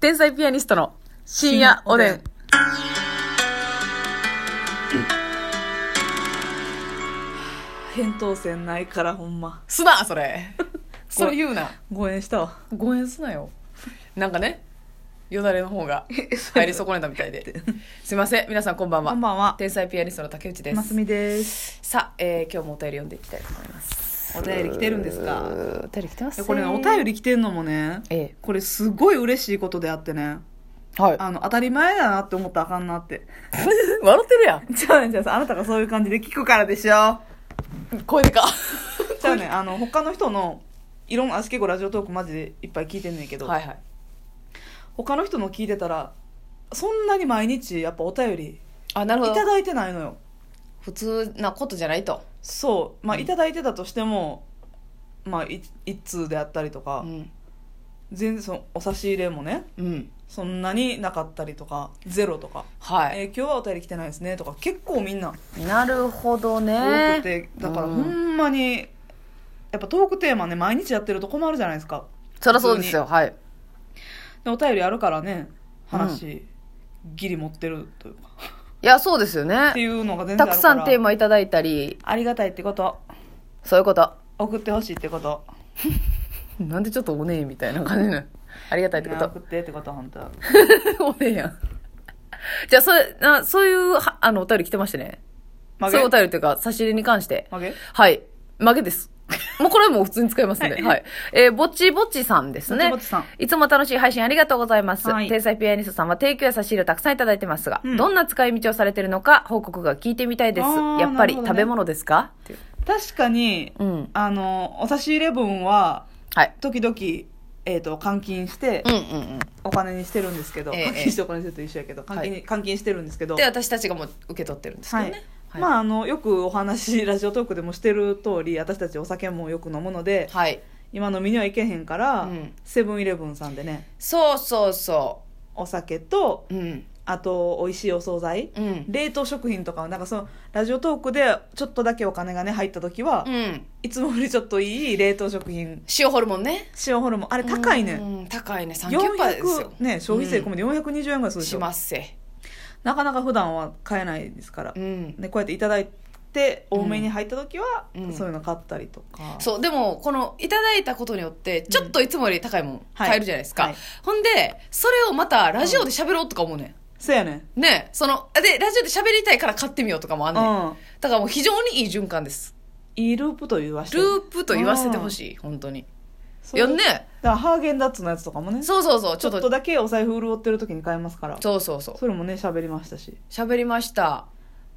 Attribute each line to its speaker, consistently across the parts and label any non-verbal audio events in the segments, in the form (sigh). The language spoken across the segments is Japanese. Speaker 1: 天才ピアニストの深夜おでん。
Speaker 2: 返答せんないからほんます
Speaker 1: な、そ (laughs) れ。それ言うな。
Speaker 2: ご縁したわ
Speaker 1: ご縁すなよ。なんかね、よだれの方 (laughs) が入り損ねたみたいで。すいません、皆さんこんばんは。
Speaker 2: こんばんは
Speaker 1: 天才ピアニストの竹内で。
Speaker 2: ますすみです
Speaker 1: さあ、えー今日もお便り読んでいきたいと思います。
Speaker 2: お便り来てるんですか
Speaker 1: お便り来てま
Speaker 2: いや
Speaker 1: す。
Speaker 2: これねお便。り来てんのもね
Speaker 1: え
Speaker 2: これすごい嬉しいことであってね
Speaker 1: え。はい。
Speaker 2: あの当たり前だなって思ったらあかんなって
Speaker 1: (laughs) 笑ってるやん。
Speaker 2: じゃあねじゃああなたがそういう感じで聞くからでしょ
Speaker 1: 声でか。
Speaker 2: じゃあねあの他の人のいろんな私結構ラジオトークマジでいっぱい聞いてんねんけど、
Speaker 1: はいはい。
Speaker 2: 他の人の聞いてたらそんなに毎日やっぱお便り
Speaker 1: あ、なる
Speaker 2: い
Speaker 1: ほど
Speaker 2: た。だいてないのよ
Speaker 1: 普通なことじゃないと。
Speaker 2: そうまあ
Speaker 1: うん
Speaker 2: いただいてたとしても、まあい一通であったりとか、
Speaker 1: うん。
Speaker 2: 全然そのお差し入れもね
Speaker 1: うん。
Speaker 2: そんなになかったりとかゼロとか、
Speaker 1: はい。
Speaker 2: えー今日はお便り来てないですねとか結構みんな
Speaker 1: なるほど
Speaker 2: 多
Speaker 1: ね
Speaker 2: くて、だから
Speaker 1: うん
Speaker 2: ほんまにやっぱトークテーマね毎日やってると困るじゃないですか
Speaker 1: そりゃそうですよはい
Speaker 2: でお便りあるからね話、ギリ持ってるというか
Speaker 1: いやそうですよ
Speaker 2: って
Speaker 1: ね
Speaker 2: いうのが全然あ
Speaker 1: た
Speaker 2: る
Speaker 1: く
Speaker 2: から
Speaker 1: さんテーマいただいたり
Speaker 2: ありがたいってこと
Speaker 1: そういうこと (laughs)
Speaker 2: 送ってほしいってこと
Speaker 1: なんでちょっとおねえみたいな感じ
Speaker 2: (laughs)
Speaker 1: なのありがたいってこ
Speaker 2: ね送
Speaker 1: と
Speaker 2: ってってこと本当は
Speaker 1: (laughs) おねえやんじゃあそれなそういうはあのお便り来てましてね
Speaker 2: 曲
Speaker 1: そう
Speaker 2: げ
Speaker 1: いうお便りというか差し入れに関して
Speaker 2: 曲げ
Speaker 1: はい曲げです (laughs) もうこれはもう普通に使いますんで、
Speaker 2: は
Speaker 1: はいいえーぼちぼちさんですね
Speaker 2: ぼちぼちさん
Speaker 1: いつも楽しい配信ありがとうございます、
Speaker 2: はい
Speaker 1: 天才ピアニストさんは提供や差し入れをたくさんいただいてますが、
Speaker 2: うん
Speaker 1: どんな使い道をされてるのか報告が聞いてみたいです
Speaker 2: あー
Speaker 1: やっぱり、
Speaker 2: なるほどね
Speaker 1: 食べ物ですかっていう
Speaker 2: 確かに、
Speaker 1: うん
Speaker 2: あのお差し入れ分は
Speaker 1: はい
Speaker 2: 時々、えー、と換金して
Speaker 1: うんうんうん
Speaker 2: お金にしてるんですけど、
Speaker 1: ええ
Speaker 2: 換金してお金にしてると一緒やけど換金,、
Speaker 1: は
Speaker 2: 換金してるんですけど、
Speaker 1: で私たちがもう受け取ってるんですけど
Speaker 2: はい
Speaker 1: ね、はい
Speaker 2: まああのよくお話ラジオトークでもして (laughs) る通り私たちお酒もよく飲むので
Speaker 1: はい
Speaker 2: 今飲みには行けへんから、
Speaker 1: うん
Speaker 2: セブンイレブンさんでね
Speaker 1: そうそうそ
Speaker 2: お酒と
Speaker 1: ううん
Speaker 2: あと美味しいお惣菜、
Speaker 1: うん
Speaker 2: 冷凍食品とかなんかそのラジオトークでちょっとだけお金がね入った時は、
Speaker 1: うん
Speaker 2: いつもよりちょっといい冷凍食品
Speaker 1: 塩ホルモンね
Speaker 2: 塩ホルモンあれ高いね、
Speaker 1: うん高いね3 0 0ですよ
Speaker 2: 400ね消費税込めて420円ぐらい
Speaker 1: う
Speaker 2: す
Speaker 1: ん
Speaker 2: るでし
Speaker 1: し
Speaker 2: ょ、
Speaker 1: ますせ
Speaker 2: なかなか普段は買えないですから、
Speaker 1: うん
Speaker 2: でこうやっていただいて多めに入った時は、
Speaker 1: うん
Speaker 2: そういうの買ったりとか、
Speaker 1: そうでもこのいただいたことによってちょっといつもより高いもん
Speaker 2: はい
Speaker 1: 買えるじゃないですか、
Speaker 2: はい
Speaker 1: ほんでそれをまたラジオで喋ろうとか思うね
Speaker 2: そうやね
Speaker 1: んねそのでラジオで喋りたいから買ってみようとかもあん
Speaker 2: う
Speaker 1: ねん、
Speaker 2: ん
Speaker 1: だからもう非常にいい循環です
Speaker 2: いいループと言わして
Speaker 1: ループと言わせてほしい本当に
Speaker 2: そ
Speaker 1: いうやね
Speaker 2: だからハーゲンダッツのやつとかもね
Speaker 1: そうそうそう
Speaker 2: ち
Speaker 1: ち
Speaker 2: ょ
Speaker 1: ょ
Speaker 2: っ
Speaker 1: っ
Speaker 2: と
Speaker 1: と
Speaker 2: だけお財布潤ってる時に買えますから
Speaker 1: そうそうそう
Speaker 2: それもね喋りましたし
Speaker 1: 喋りました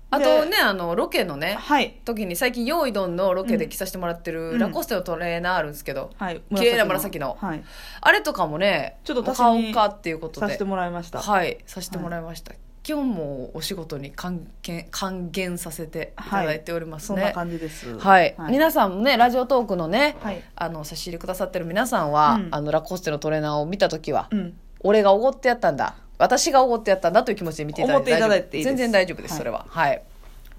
Speaker 1: あとねあのロケのね
Speaker 2: はい
Speaker 1: 時に最近「用意どん」のロケで着させてもらって
Speaker 2: う
Speaker 1: る
Speaker 2: ん
Speaker 1: ラコステのトレーナーあるんですけど、
Speaker 2: はい
Speaker 1: 綺麗な紫の
Speaker 2: はい
Speaker 1: あれとかもね
Speaker 2: ちょっと足し
Speaker 1: 買お
Speaker 2: に
Speaker 1: うかっていうこと
Speaker 2: さ
Speaker 1: で
Speaker 2: せてもらいました
Speaker 1: はいさせてもらいました、今日もお仕事に還元還元させていただいております
Speaker 2: そん
Speaker 1: ね
Speaker 2: な感じです
Speaker 1: はい、
Speaker 2: はい
Speaker 1: 皆さんもねラジオトークのね、
Speaker 2: はい
Speaker 1: あの差し入れくださってる皆さんは、
Speaker 2: うん
Speaker 1: あのラコステのトレーナーを見た時は、
Speaker 2: うん
Speaker 1: 俺がおごってやったんだ私がおごってやったんだという気持ちで見ていただいて
Speaker 2: 思っていただい
Speaker 1: 大丈夫
Speaker 2: ていいで
Speaker 1: 全
Speaker 2: す
Speaker 1: 然大丈夫です、
Speaker 2: はい
Speaker 1: それははい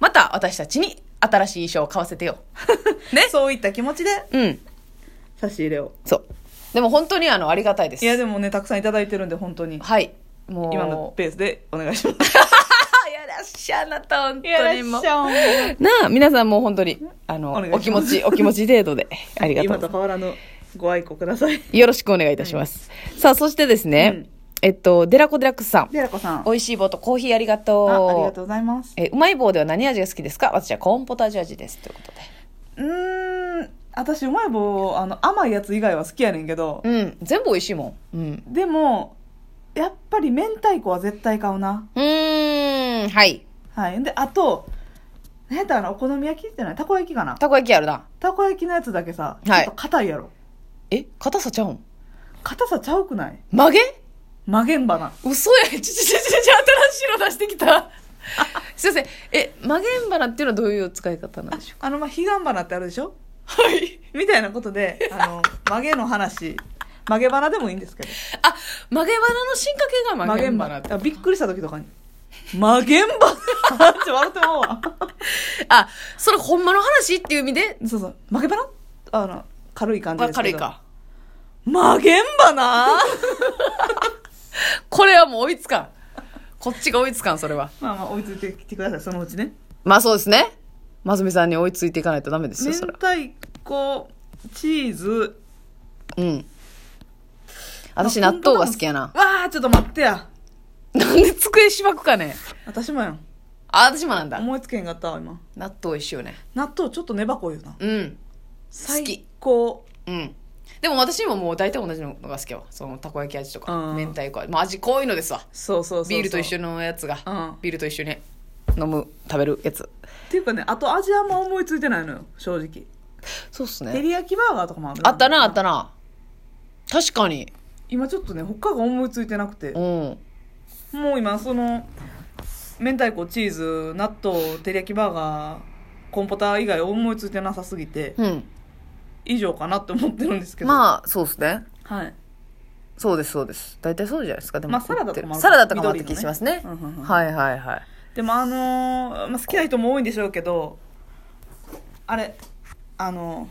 Speaker 1: また私たちに新しい衣装を買わせてよね
Speaker 2: そういった気持ちで
Speaker 1: うん
Speaker 2: 差し入れを
Speaker 1: そうでも本当にあのありがたいです
Speaker 2: いやでもねたくさんいただいてるんで本当に
Speaker 1: はいもう
Speaker 2: 今のペースでお願いします。
Speaker 1: あやらっしゃあなた本当にもう
Speaker 2: ゃん。
Speaker 1: なあ皆さんもう本当にあの
Speaker 2: お願い
Speaker 1: お
Speaker 2: し
Speaker 1: 気
Speaker 2: ま
Speaker 1: 持
Speaker 2: す
Speaker 1: ちお気持ち程度
Speaker 2: (laughs)
Speaker 1: でありがとう
Speaker 2: 今
Speaker 1: ござい
Speaker 2: と
Speaker 1: ま
Speaker 2: 変わらぬご愛顧ください。
Speaker 1: すよろしくお願いいたします、さあそしてですね、
Speaker 2: うん
Speaker 1: えっとデラコデラックスさん
Speaker 2: でらこさん。あ
Speaker 1: 美味しい棒とコーヒーありがとう
Speaker 2: ありがとうございます。
Speaker 1: えうまい棒では何味が好きですか私はコーンポタージュ味ですということで
Speaker 2: うーん、私うまい棒あの甘いやつ以外は好きやねんけど、
Speaker 1: うん全部美味しいもんうん
Speaker 2: でもやっぱり明太子は絶対買うな。
Speaker 1: うーんはい
Speaker 2: はい。であと。何やったかなお好み焼きってないたこ焼きかな
Speaker 1: たこ焼きあるな
Speaker 2: たこ焼きのやつだけさ、
Speaker 1: はい
Speaker 2: ちょっと硬いやろ
Speaker 1: え硬さちゃうん
Speaker 2: 硬さちゃうくない
Speaker 1: 曲げ
Speaker 2: 曲げんばな
Speaker 1: 嘘やちちちちち新しいの出してき (laughs) たすいませんえ曲げんばなっていうのはどういう使い方なんでしょう
Speaker 2: あのまあ彼岸花ってあるでしょ
Speaker 1: はい
Speaker 2: みたいなことで、あの、曲げの話、曲げ花でもいいんですけど。
Speaker 1: あ曲げ花の進化系が曲げんばなって
Speaker 2: あびっくりした時とかに。曲げん花って笑ってまうわ。
Speaker 1: あそれほんまの話っていう意味で
Speaker 2: そうそう。曲げ花あの、軽い感じですけど。
Speaker 1: 軽いか
Speaker 2: 曲げん花
Speaker 1: これはもう追いつかん。こっちが追いつかん、それは。
Speaker 2: まあまあ追いついてきてくださいそのうちね
Speaker 1: まあそうですね。ますみさんに追いついていかないとダメです
Speaker 2: 明
Speaker 1: よ、それは。
Speaker 2: 太子チーズ
Speaker 1: うん。私、納豆が好きやな。
Speaker 2: わあちょっと待ってや
Speaker 1: なんで机しばくかね。
Speaker 2: 私もやん
Speaker 1: あ、私もなんだ。
Speaker 2: 思いつけへんかったわ今
Speaker 1: 納豆一緒ね。
Speaker 2: 納豆ちょっと粘こいよな
Speaker 1: うん。好
Speaker 2: 最
Speaker 1: き。
Speaker 2: 高
Speaker 1: うん。でも私ももう大体同じのが好きやわ。そのたこ焼き味と
Speaker 2: う
Speaker 1: か、
Speaker 2: ん
Speaker 1: 明太子味。まあ味濃いのですわ。
Speaker 2: そうそうそうそう
Speaker 1: ビールと一緒
Speaker 2: っ
Speaker 1: のやつが、
Speaker 2: うん
Speaker 1: ビールと一緒に飲む食べるやつ
Speaker 2: ていうかねあと味あんま思いついてないのよ正直
Speaker 1: そうっす
Speaker 2: 照り焼きバーガーとかもある
Speaker 1: あったなあったな確かに
Speaker 2: 今ちょっとね他が思いついてなくて
Speaker 1: うん
Speaker 2: もう今その明太子チーズ納豆照り焼きバーガーコンポタ以外思いついてなさすぎて
Speaker 1: うん
Speaker 2: 以上かなって思ってるんですけど
Speaker 1: まあそうっすね
Speaker 2: あはい
Speaker 1: そうですそうです大体そうじゃないですかでも
Speaker 2: まあサラダとかもある
Speaker 1: サラダとかもあった気しますね
Speaker 2: うんうんうん
Speaker 1: はいはいはい
Speaker 2: でもあのーまあ、好きな人も多いんでしょうけどあれあの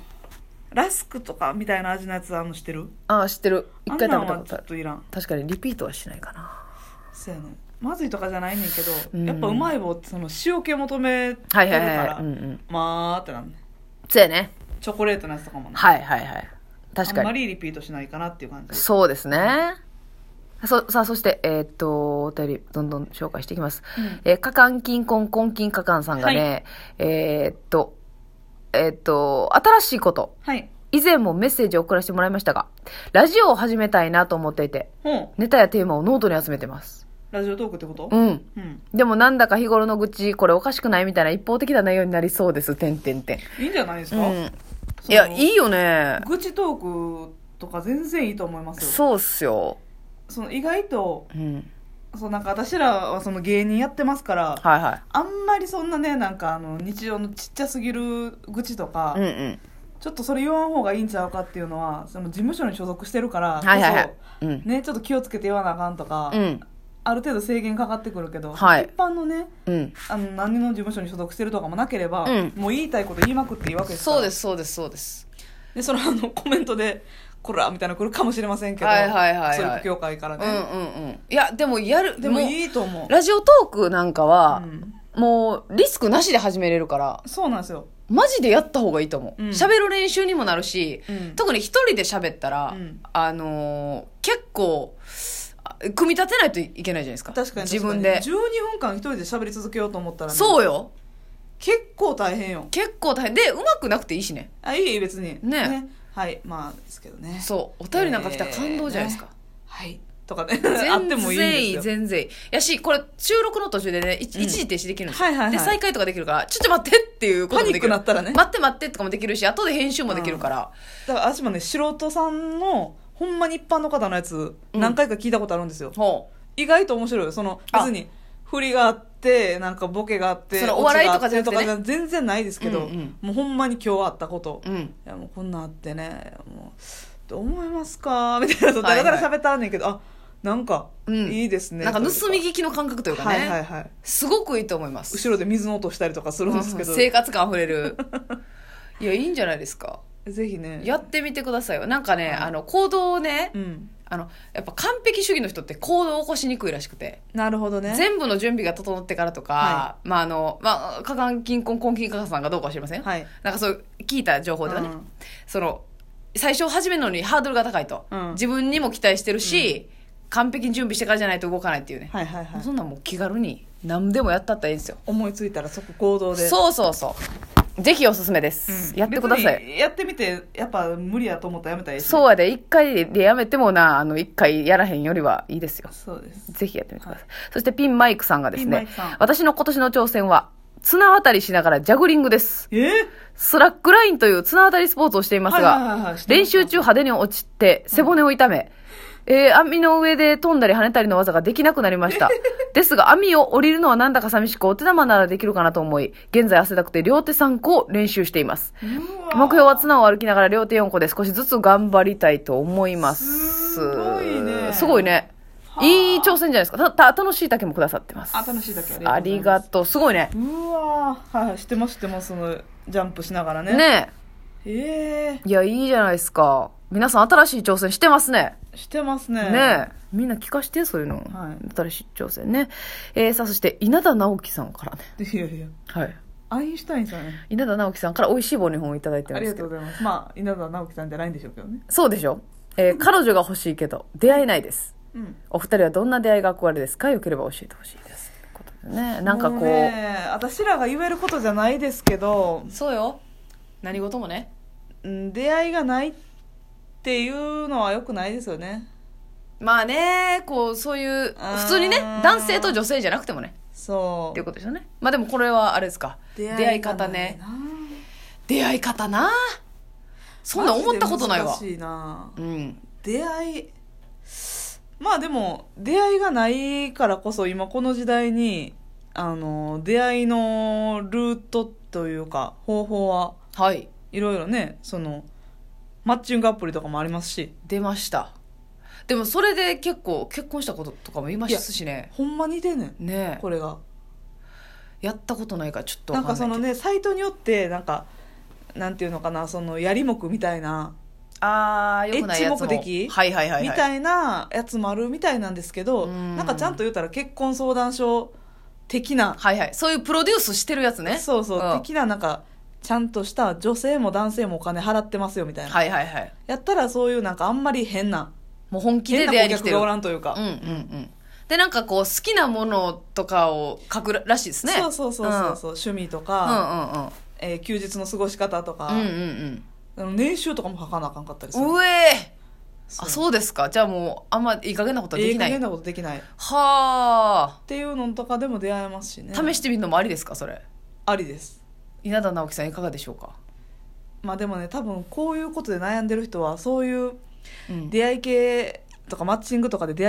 Speaker 2: ラスクとかみたいな味のやつあの知ってる
Speaker 1: ああ知ってる一回食べ
Speaker 2: あ
Speaker 1: た
Speaker 2: んなん
Speaker 1: こ
Speaker 2: は
Speaker 1: と
Speaker 2: ち
Speaker 1: あ
Speaker 2: ょっ
Speaker 1: る
Speaker 2: といらん
Speaker 1: 確かにリピートはしないかな
Speaker 2: そうやなまずいとかじゃないねんけど、
Speaker 1: うん
Speaker 2: やっぱうまい棒ってその塩気求めてるか
Speaker 1: は
Speaker 2: ら、
Speaker 1: いはいはいうんうん
Speaker 2: まあってなんね
Speaker 1: そうやね
Speaker 2: チョコレートのやつとかもね
Speaker 1: はいはいはい確
Speaker 2: あん
Speaker 1: か
Speaker 2: ま
Speaker 1: に
Speaker 2: りリピートしないかなっていう感じ
Speaker 1: そうですねそさあそしてえーっとお便りどんどん紹介していきます
Speaker 2: うん
Speaker 1: えー、かかんきんこんこんきんかかんさんがね、えーっと、えーっと、新しいこと、
Speaker 2: はい
Speaker 1: 以前もメッセージを送らせてもらいましたが、ラジオを始めたいなと思っていて、
Speaker 2: ほう
Speaker 1: ネタやテーマをノートに集めてます。
Speaker 2: ラジオトークってこと
Speaker 1: うん。
Speaker 2: うん
Speaker 1: でもなんだか日頃の愚痴、これおかしくないみたいな一方的な内容になりそうです。てんてんてん。
Speaker 2: いいんじゃないです
Speaker 1: う
Speaker 2: か、
Speaker 1: ん。いや、い
Speaker 2: い
Speaker 1: いよね。
Speaker 2: 愚痴トークとか全然いいと思いますよ
Speaker 1: そうっすよ。
Speaker 2: その意外と
Speaker 1: うん。
Speaker 2: そうなんか私らはその芸人やってますから
Speaker 1: はいはい。
Speaker 2: あんまりそんなねなんかあの日常のちっちゃすぎる愚痴とか、
Speaker 1: うんうん。
Speaker 2: ちょっとそれ言わん方がいいんちゃうかっていうのはその事務所に所属してるから
Speaker 1: はいはいは
Speaker 2: こ
Speaker 1: い。うん
Speaker 2: そ。ねちょっと気をつけて言わなあかんとか、
Speaker 1: うん。
Speaker 2: ある程度制限かかってくるけど、
Speaker 1: はい
Speaker 2: 一般のね
Speaker 1: うん。
Speaker 2: あの何の事務所に所属してるとかもなければ、
Speaker 1: うん
Speaker 2: もう言いたいこと言いまくっていいわけですから
Speaker 1: そうですす、そうです、そうです。
Speaker 2: でそのあのコメントで「こら」みたいなの来るかもしれませんけど、
Speaker 1: はいはいはいはい
Speaker 2: そういう業界から
Speaker 1: うんう
Speaker 2: ね、
Speaker 1: んうん。いや、でもやる、
Speaker 2: でもいいと思う、
Speaker 1: ラジオトークなんか
Speaker 2: う
Speaker 1: は、
Speaker 2: ん
Speaker 1: もうリスクなしで始めれるから、
Speaker 2: そうなんですよ、
Speaker 1: マジでやった方がいいと思う。
Speaker 2: うん
Speaker 1: 喋、る練習にもなるし、
Speaker 2: うん
Speaker 1: 特に一人で喋ったら、
Speaker 2: うん
Speaker 1: あのー結構、あ組み立てないといけないじゃないですか。
Speaker 2: 確かに
Speaker 1: 自分で
Speaker 2: 確。かに12分間一人で喋り続けようと思ったら、ね、う
Speaker 1: そうよ。
Speaker 2: 結構大変よ
Speaker 1: 結構大変。で、うまくなくていいしね。
Speaker 2: あいい別に
Speaker 1: ね
Speaker 2: はいまあですけどね
Speaker 1: そう。お便りなんか来たら感動じゃないですか。
Speaker 2: はいとかね (laughs) あってもいいんですよ
Speaker 1: 全然いい。やし、これ収録の途中でね、い一
Speaker 2: うん
Speaker 1: 時停止できるんですよ。
Speaker 2: はいはいはい
Speaker 1: で、再開とかできるから、ちょっと待ってっていうこと
Speaker 2: パ
Speaker 1: も
Speaker 2: ニ
Speaker 1: でき
Speaker 2: ック
Speaker 1: る。
Speaker 2: なったらね
Speaker 1: 待って待ってとかもできるし、後で編集もできるから。
Speaker 2: だから私もね素人さんのほんまに一般の方のやつ
Speaker 1: うん
Speaker 2: 何回か聞いたことあるんですよ、
Speaker 1: ほう。
Speaker 2: 意外と面白いよその
Speaker 1: あ
Speaker 2: 別に振りがあってなんかボケがあって
Speaker 1: その
Speaker 2: オチがあって
Speaker 1: お笑いとかじゃなくてね
Speaker 2: とか全然ないですけど、
Speaker 1: うんうん
Speaker 2: もうほんまに今日あったこと、い
Speaker 1: うん。
Speaker 2: やもうこんなんあってねもうどう思いますか (laughs) みたいなこと
Speaker 1: はいは
Speaker 2: だ
Speaker 1: い
Speaker 2: から喋ったんねんけど、あなんか
Speaker 1: うん
Speaker 2: いいですね、
Speaker 1: なんか盗み
Speaker 2: という
Speaker 1: 聞きの感覚という
Speaker 2: か
Speaker 1: かね、
Speaker 2: はいはいはい
Speaker 1: すごくいいと思います。
Speaker 2: 後ろで水の音したりとかするんですけど、
Speaker 1: うん生活感あふれる。
Speaker 2: (laughs)
Speaker 1: いや、いいんじゃないですか。
Speaker 2: ぜひね
Speaker 1: やってみてくださいよ。なんかね、
Speaker 2: はい
Speaker 1: あの、行動をね、
Speaker 2: うん
Speaker 1: あの、やっぱ完璧主義の人って行動を起こしにくいらしくて、
Speaker 2: なるほどね
Speaker 1: 全部の準備が整ってからとか、
Speaker 2: は
Speaker 1: まあ、あの、まあ、かかんきんこんこんきんかかさんがどうかは知りません、
Speaker 2: はい
Speaker 1: なんかそう、聞いた情報ではね、
Speaker 2: うん
Speaker 1: その、最初始めるのにハードルが高いと。
Speaker 2: うん
Speaker 1: 自分にも期待してるし、完璧に準備してからじゃないと動かないっていうね。
Speaker 2: はいはいはい
Speaker 1: そんなんもう気軽に何でもやったったらいいんですよ
Speaker 2: 思いついたら即行動で
Speaker 1: そうそうそうぜひおすすめです、
Speaker 2: うん
Speaker 1: やってくださ
Speaker 2: 別
Speaker 1: い
Speaker 2: にやってみてやっぱ無理やと思ったらやめたらいいし
Speaker 1: そうやで一回でやめてもなあの一回やらへんよりはいいですよ
Speaker 2: そうです
Speaker 1: ぜひやってみてください、そしてピンマイクさんがです
Speaker 2: ピンマイ
Speaker 1: ね
Speaker 2: クさん
Speaker 1: 私の今年の挑戦は綱渡りしながらジャグリングです
Speaker 2: え
Speaker 1: スラックラインという綱渡りスポーツをしていますが、
Speaker 2: はいはいはいはい知ってます
Speaker 1: 練習中派手に落ちて背骨を痛め、えー網の上で飛んだり跳ねたりの技ができなくなりま
Speaker 2: (laughs)
Speaker 1: した。ですが、網を降りるのはなんだか寂しく、お手玉ならできるかなと思い、現在汗だくて両手3個を練習しています。
Speaker 2: うわ
Speaker 1: 目標は綱を歩きながら両手4個で少しずつ頑張りたいと思います。
Speaker 2: すごいね
Speaker 1: すごいね。
Speaker 2: はあ
Speaker 1: いい挑戦じゃないですか。た、た、楽しいだけもくださってます。
Speaker 2: あ楽しいだけありがとうございます
Speaker 1: ありがとう。すごいね。
Speaker 2: うわはいはい知ってます知ってますそのジャンプしながらね
Speaker 1: ねえ。
Speaker 2: ええ
Speaker 1: いや、いいじゃないですか。皆さん新しい挑戦してますね。
Speaker 2: してますね。
Speaker 1: ねえみんな聞かして、そういうの。
Speaker 2: はい
Speaker 1: 新しい挑戦ね。えー、さあ、そして、稲田直樹さんからね。
Speaker 2: いやいや、
Speaker 1: はい。
Speaker 2: アインシュタインさんね。
Speaker 1: 稲田直樹さんから美味しい棒2本をいただいてる
Speaker 2: あ
Speaker 1: ん
Speaker 2: り
Speaker 1: で
Speaker 2: が
Speaker 1: すけ
Speaker 2: とう
Speaker 1: ど。
Speaker 2: ございます。まあ、稲田直樹さんじゃないんでしょうけどね。
Speaker 1: そうでしょえー、彼女が欲しいけど、出会えないです。
Speaker 2: うん。
Speaker 1: お二人はどんな出会いが憧れですかよければ教えてほしいです。ということでね。なんかこ
Speaker 2: も
Speaker 1: う。
Speaker 2: ね、私らが言えることじゃないですけど、
Speaker 1: そうよ。何事もね。
Speaker 2: うん出会いがないっていうのは良くないですよね。
Speaker 1: まあね、こう、そういう、
Speaker 2: ーん
Speaker 1: 普通にね、男性と女性じゃなくてもね、
Speaker 2: そ
Speaker 1: っ
Speaker 2: う
Speaker 1: ていう。ことですよね。まあでもこれは、あれですか。出会い
Speaker 2: が
Speaker 1: 方
Speaker 2: ない
Speaker 1: ね
Speaker 2: な。。
Speaker 1: 出会い方なそんなん思ったことないわ
Speaker 2: マ。ジで難しいな
Speaker 1: うん。
Speaker 2: 出会いまあでも出会いがないからこそ今この時代にあの出会いのルートというか方法は
Speaker 1: はい。
Speaker 2: いろいろねそのマッチングアプリとかもありますし
Speaker 1: 出ました。でもそれで結構、結婚したこととかも言いますしね。
Speaker 2: ほんま似てんねん
Speaker 1: ね
Speaker 2: これが
Speaker 1: やったことないからちょっと
Speaker 2: な
Speaker 1: わ
Speaker 2: ん
Speaker 1: か
Speaker 2: か
Speaker 1: んない
Speaker 2: そ
Speaker 1: けど。
Speaker 2: のねサイトによってなんかなんていうのかなそのやりもくみたいな、
Speaker 1: あー、よくないやつも。
Speaker 2: エッチ目的
Speaker 1: はいはいはい、はい。
Speaker 2: みたいなやつもあるみたいなんですけど
Speaker 1: うん
Speaker 2: なんかちゃんと言うたら結婚相談所的な
Speaker 1: はいはい。そういうプロデュースしてるやつね。
Speaker 2: (laughs) そうそう、
Speaker 1: ん
Speaker 2: 的ななんかちゃんとした女性も男性もお金払ってますよみたいな、
Speaker 1: はいはいはい。
Speaker 2: やったらそういうなんかあんまり変な
Speaker 1: もう本気
Speaker 2: 変
Speaker 1: で
Speaker 2: な
Speaker 1: 出会い
Speaker 2: 顧
Speaker 1: に来
Speaker 2: 客
Speaker 1: てる。
Speaker 2: がおらんというか、
Speaker 1: うんうんうん。で、なんかこう、好きなものとかを書くらしいですね。
Speaker 2: そうそうそうそうそう、趣味と
Speaker 1: うん。うん
Speaker 2: か、
Speaker 1: うん
Speaker 2: えー休日の過ごし方とか、
Speaker 1: うん。うん
Speaker 2: あの年収とかも書かなあかんかったりす
Speaker 1: う
Speaker 2: る
Speaker 1: んうん。うえー、あ、
Speaker 2: う
Speaker 1: そうですか。じゃあもう、あんまいい加減なことはで
Speaker 2: ええ
Speaker 1: き
Speaker 2: 加
Speaker 1: ない。
Speaker 2: 減なことできないっ
Speaker 1: はあ。
Speaker 2: ていうのとかでも出会えますしね
Speaker 1: 試してみるのもありですか、それ。
Speaker 2: ありです
Speaker 1: 稲田直樹さんいかがでしょうか。
Speaker 2: まあでもね多分こういうことで悩んでる人はそういう
Speaker 1: うん
Speaker 2: 出会い系とかマッチングとかで出会